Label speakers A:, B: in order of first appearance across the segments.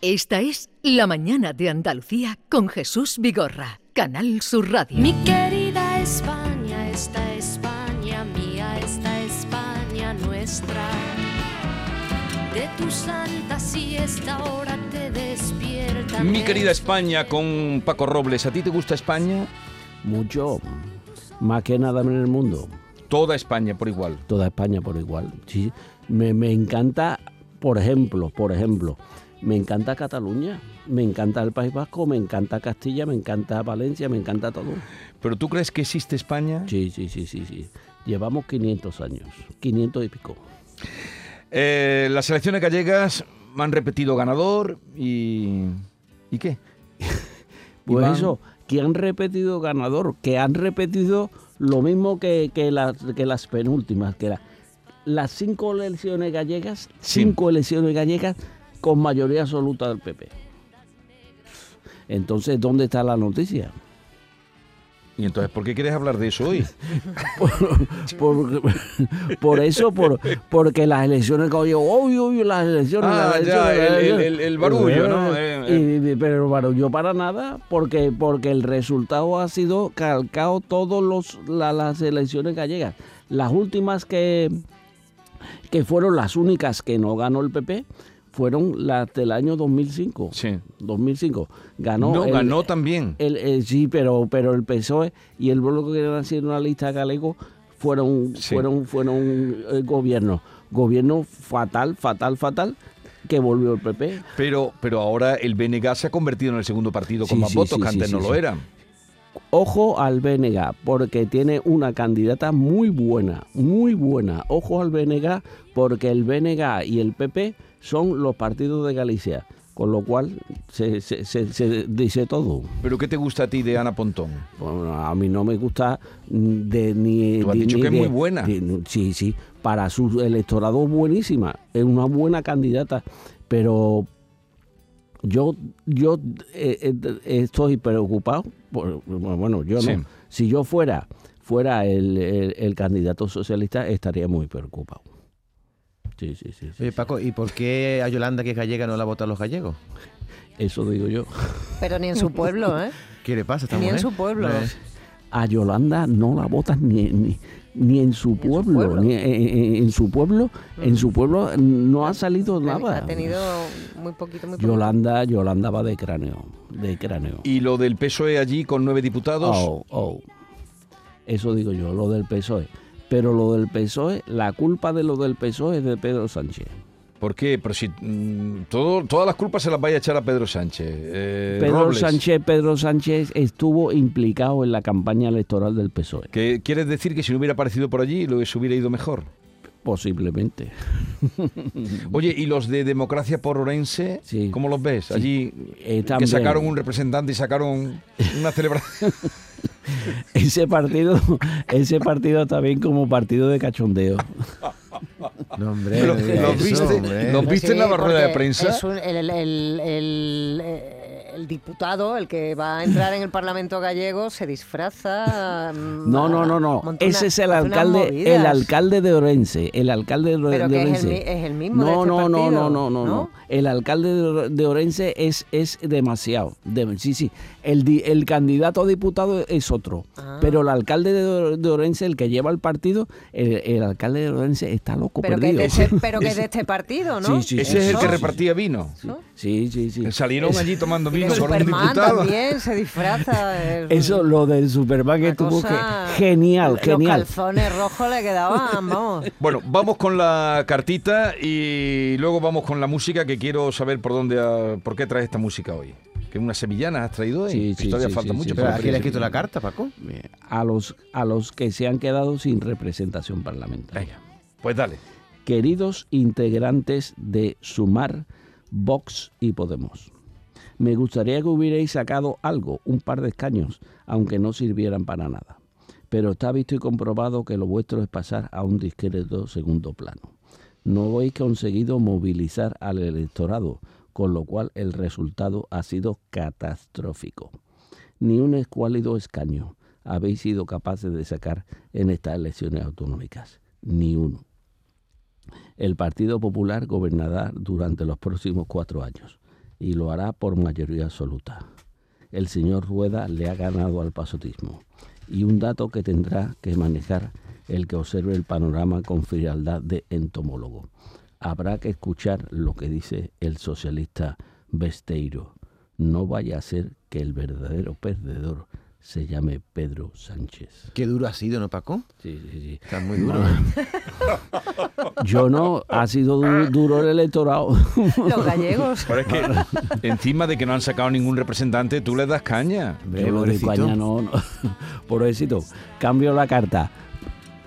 A: Esta es La Mañana de Andalucía con Jesús Vigorra, Canal Sur Radio.
B: Mi querida España, esta España mía, esta España nuestra. De tus altas y esta hora te despierta.
C: Mi querida España con Paco Robles, ¿a ti te gusta España?
D: Mucho. Más que nada en el mundo.
C: Toda España por igual.
D: Toda España por igual. Sí. Me, me encanta, por ejemplo, por ejemplo, me encanta Cataluña, me encanta el País Vasco, me encanta Castilla, me encanta Valencia, me encanta todo.
C: ¿Pero tú crees que existe España?
D: Sí, sí, sí, sí, sí. Llevamos 500 años, 500 y pico.
C: Eh, las elecciones gallegas me han repetido ganador y... ¿Y qué? Y
D: Pues
C: van-
D: eso, que han repetido ganador, que han repetido lo mismo que, que las, que las penúltimas, que la- las cinco elecciones gallegas,
C: Sí.
D: cinco elecciones gallegas con mayoría absoluta del PP. Entonces, ¿dónde está la noticia?
C: ¿Y entonces por qué quieres hablar de eso hoy?
D: Por, por- por eso, por, porque las elecciones, oye, uy, uy, las elecciones.
C: Ah,
D: las
C: ya, el-
D: elecciones, las
C: el- el-
D: elecciones.
C: el barullo, ¿no?
D: Eh,
C: Eh,
D: y- y- pero el barullo para nada, porque porque el resultado ha sido calcado todos los la- las elecciones gallegas. Las últimas que, que fueron las únicas que no ganó el PP fueron las del año 2005.
C: Sí.
D: 2005. Ganó
C: No,
D: el-
C: ganó también.
D: el, eh, sí, pero, pero el PSOE E y el Bloque que eran haciendo una lista galego fueron,
C: Sí.
D: fueron, fueron eh, gobierno. Gobierno fatal, fatal, fatal, que volvió el PP.
C: Pero, pero ahora el BNG se ha convertido en el segundo partido con
D: Sí,
C: más
D: sí,
C: votos,
D: sí,
C: que
D: sí,
C: antes
D: sí,
C: no lo
D: sí.
C: eran.
D: Ojo al BNG, porque tiene una candidata muy buena, muy buena. Ojo al BNG, porque el BNG y el PP son los partidos de Galicia, con lo cual se, se- se- se dice todo.
C: ¿Pero qué te gusta a ti de Ana Pontón?
D: Bueno, a mí no me gusta mm, de ni.
C: Tú has
D: de-
C: dicho
D: ni
C: que es
D: de-
C: muy buena.
D: de- sí, sí. Para su electorado buenísima. Es una buena candidata. Pero yo, yo eh, eh, estoy preocupado. por- bueno, yo no.
C: Sí.
D: Si yo fuera fuera el, el- el candidato socialista, estaría muy preocupado. Sí, sí, sí. sí.
C: Eh,
E: Oye, Paco, ¿y por qué a Yolanda, que es gallega, no la votan los gallegos?
D: Eso digo yo.
F: Pero ni en su pueblo, ¿eh?
E: ¿Qué le pasa a esta
F: Ni en
E: mujer?
F: su pueblo. Pues
E: Eh,
D: a Yolanda no la votan ni, ni, ni en su pueblo,
F: pueblo.
D: ni en, en- en su pueblo, en su pueblo no ha salido nada.
F: Ha tenido muy poquito, muy poquito.
D: Yolanda, Yolanda va de cráneo, de cráneo.
C: ¿Y lo del PSOE E allí con nueve diputados?
D: Oh, oh. Eso digo yo, lo del PSOE. E. Pero lo del PSOE, E, la culpa de lo del PSOE E es de Pedro Sánchez.
C: ¿Por qué? Pero si mm, todo- todas las culpas se las vaya a echar a Pedro Sánchez. Eh,
D: Pedro
C: Robles,
D: Sánchez, Pedro Sánchez estuvo implicado en la campaña electoral del PSOE,
C: Que quieres decir que si no hubiera aparecido por allí, lo hubiera ido mejor.
D: posiblemente.
C: Oye, ¿y los de Democracia por Orense?
D: Mm. Sí.
C: ¿Cómo los ves?
D: Sí.
C: Allí que
D: Eh, también.
C: sacaron un representante y sacaron una celebración.
D: Ese partido, ese partido también como partido de cachondeo.
E: No, hombre,
C: ¿Los,
E: no digas
C: los
E: eso,
C: viste,
E: hombre.
C: los viste en la
F: Sí,
C: rueda de
F: porque
C: prensa?
F: es un- el, el- el- el- eh, el diputado, el que va a entrar en el Parlamento gallego, se disfraza. mm,
D: No, no, no, no.
F: monta
D: Ese
F: una-
D: es el
F: hace unas
D: alcalde, el
F: movidas.
D: alcalde de Orense, el alcalde de,
F: Pero
D: de
F: que es el
D: Orense.
F: mi- es el mismo de
D: No,
F: este
D: no, no,
F: partido,
D: no, no, no,
F: ¿no?
D: no. El alcalde de, de Orense es es demasiado. De- sí, sí. El, di- el candidato a diputado es otro,
F: Ah.
D: pero el alcalde de, de Orense, el que lleva el partido, el, el alcalde de Orense está loco
F: Pero que, es
D: perdido.
F: de este, pero que es de este partido, ¿no?
D: Sí, sí,
C: Ese es el
D: sí,
C: que
D: sí.
C: repartía vino.
D: Sí, sí, sí.
C: Salieron allí tomando
F: Y
C: vino
F: de
C: con un
F: Superman
C: diputado.
F: también se disfraza. el-
D: Eso lo del Superman que
F: una
D: tuvo que
F: cosa-
D: genial,
F: Los
D: genial.
F: calzones rojos le quedaban, vamos.
C: Bueno, vamos con la cartita y luego vamos con la música que quiero saber por dónde, ah, por qué traes esta música hoy. Que unas sevillanas has traído hoy.
D: Sí,
C: Pues
D: sí,
C: todavía
D: sí,
C: falta
D: sí,
C: mucho.
D: sí.
C: por
E: Pero, ¿A quién le
C: la
E: has escrito la carta, Paco?
D: eh, a los, a los que se han quedado sin representación parlamentaria.
C: Venga, pues dale.
D: Queridos integrantes de Sumar, Vox y Podemos, me gustaría que hubierais sacado algo, un par de escaños, aunque no sirvieran para nada. Pero está visto y comprobado que lo vuestro es pasar a un discreto segundo plano. No habéis conseguido movilizar al electorado, con lo cual el resultado ha sido catastrófico ni un escuálido escaño habéis sido capaces de sacar en estas elecciones autonómicas. Ni uno. El Partido Popular gobernará durante los próximos cuatro años. y lo hará por mayoría absoluta. El señor Rueda le ha ganado al pasotismo y un dato que tendrá que manejar el que observe el panorama con frialdad de entomólogo. Habrá que escuchar lo que dice el socialista Besteiro. No vaya a ser que el verdadero perdedor se llame Pedro Sánchez.
E: Qué duro ha sido, ¿no, Paco?
D: Sí, sí, sí.
E: Está muy duro.
D: Yo no, ha sido du- duro el electorado.
F: Los gallegos.
C: Pero es que encima de que no han sacado ningún representante, tú le das caña.
E: Hombre,
D: Yo lo de
E: pobrecito.
D: España no, no. Pobrecito, cambio la carta.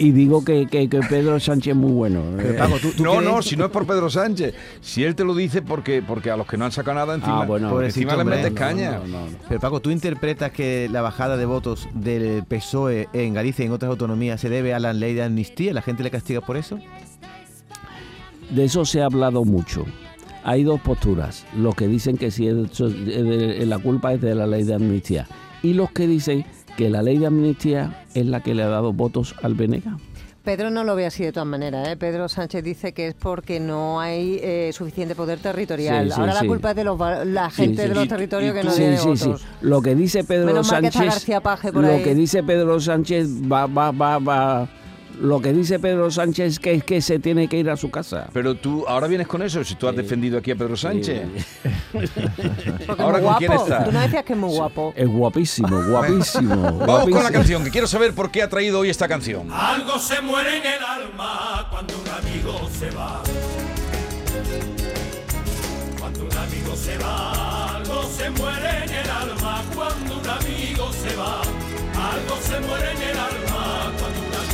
D: Y digo que, que- que Pedro Sánchez es muy bueno.
E: Pero, Paco, ¿tú, tú
C: No,
E: crees-
C: no, si no es por Pedro Sánchez. Si él te lo dice porque, porque a los que no han sacado nada encima,
D: Ah, bueno.
C: encima le
E: Pobrecito,
C: metes
E: hombre.
C: caña.
D: No, no, no.
E: Pero Paco, ¿tú interpretas que la bajada de votos del PSOE en Galicia y en otras autonomías se debe a la ley de amnistía? ¿La gente le castiga por eso?
D: De eso se ha hablado mucho. Hay dos posturas. Los que dicen que si el so- eh, de- eh, la culpa es de la ley de amnistía. Y los que dicen que la ley de amnistía es la que le ha dado votos al Venega.
F: Pedro no lo ve así de todas maneras. ¿eh? Pedro Sánchez dice que es porque no hay eh, suficiente poder territorial.
D: Sí, sí,
F: Ahora
D: sí.
F: la culpa es de los, va- la
D: Sí,
F: gente
D: sí.
F: de
D: Y-
F: los territorios que no
D: sí,
F: tiene
D: sí,
F: votos.
D: sí. Lo que dice Pedro
F: Menos mal que
D: Sánchez.
F: está García Paje por
D: lo
F: ahí.
D: que dice Pedro Sánchez va, va, va, va. Lo que dice Pedro Sánchez que es que se tiene que ir a su casa.
C: Pero tú ahora vienes con eso, si tú has defendido aquí a Pedro Sánchez.
F: Porque
C: Ahora,
F: es muy
C: ¿con
F: guapo.
C: quién está?
F: Tú no decías que es muy guapo.
D: Es guapísimo, guapísimo.
C: Vamos con la
D: guapísimo.
C: canción, que quiero saber por qué ha traído hoy esta canción.
G: Algo se muere en el alma cuando un amigo se va. Cuando un amigo se va, algo se muere en el alma cuando un amigo se va. Algo se muere en el alma cuando un amigo se va.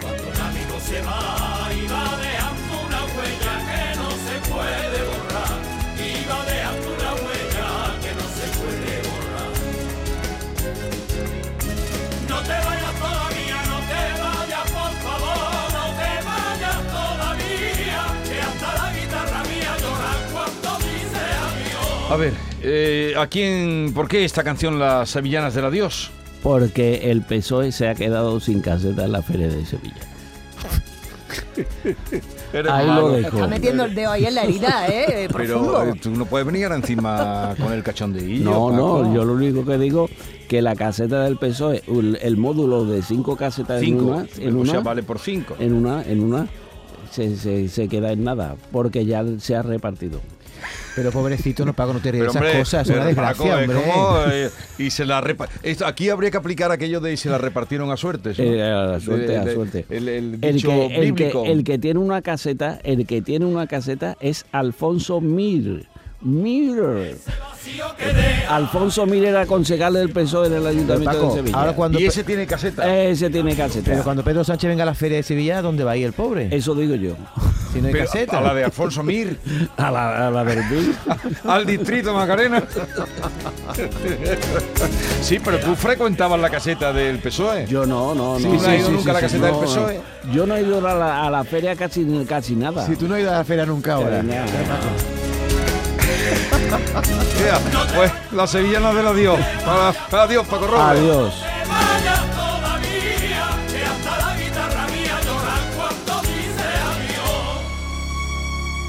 G: Cuando un amigo se va y va dejando una huella que no se puede borrar. Y va dejando una huella que no se puede borrar. No te vayas todavía, no te vayas, por favor, no te vayas todavía, que hasta la guitarra mía llora cuando dice adiós.
C: A ver, eh, ¿a quién, por qué esta canción Las Sevillanas del Adiós?
D: Porque el PSOE E se ha quedado sin caseta en la Feria de Sevilla. Ahí lo dejo.
F: Está metiendo el dedo ahí en la herida, ¿eh? Profundo.
C: Pero eh, tú no puedes venir ahora encima con el cachondeillo.
D: No,
C: Paco.
D: no, yo lo único que digo que la caseta del PSOE, E, el, el módulo de cinco casetas en
C: Cinco.
D: una, en
C: o sea,
D: una, Eh,
C: vale por cinco.
D: en una, en una, se, se- se queda en nada, porque ya se ha repartido.
E: Pero pobrecito, no, Paco, no te rías
C: Pero,
E: de
C: hombre,
E: esas cosas. Es una
C: pero,
E: desgracia,
C: Paco, es
E: hombre.
C: como, eh, y se la repa- esto, aquí habría que aplicar aquello de y se la repartieron a suerte. ¿sí?
D: Eh, a la
C: De-
D: suerte,
C: de-
D: a la
C: de-
D: suerte.
C: El, el
D: El
C: dicho
D: que, el, que,
C: bíblico.
D: el que tiene una caseta, el que tiene una caseta es Alfonso Mir. Mir. Alfonso Mir era concejal del PSOE E en el
E: Pero,
D: Ayuntamiento
E: Paco,
D: de Sevilla. Eh,
E: ahora cuando,
C: Y
E: Pe-
C: ese tiene caseta.
D: Ese tiene caseta.
E: pero cuando Pedro Sánchez venga a la feria de Sevilla, ¿dónde va a ir el pobre?
D: Eso digo yo.
E: Si no hay
C: Pero
E: caseta.
C: A la de Alfonso Mir,
D: A la, a la del Mir.
C: al distrito Macarena. Sí, pero tú frecuentabas la caseta del PSOE.
D: Yo no, no,
C: Sí,
D: no.
C: no ha ido nunca a la caseta del
D: no,
C: PSOE.
D: no. Yo no he ido a la, a la feria casi, casi nada.
E: tú no has ido a la feria nunca
D: Pero nada.
C: Mira, pues la sevillana del adiós. Para- Adiós, Paco Robles.
D: Adiós.
G: No te vayas todavía, que hasta la guitarra mía llora cuando dice adiós.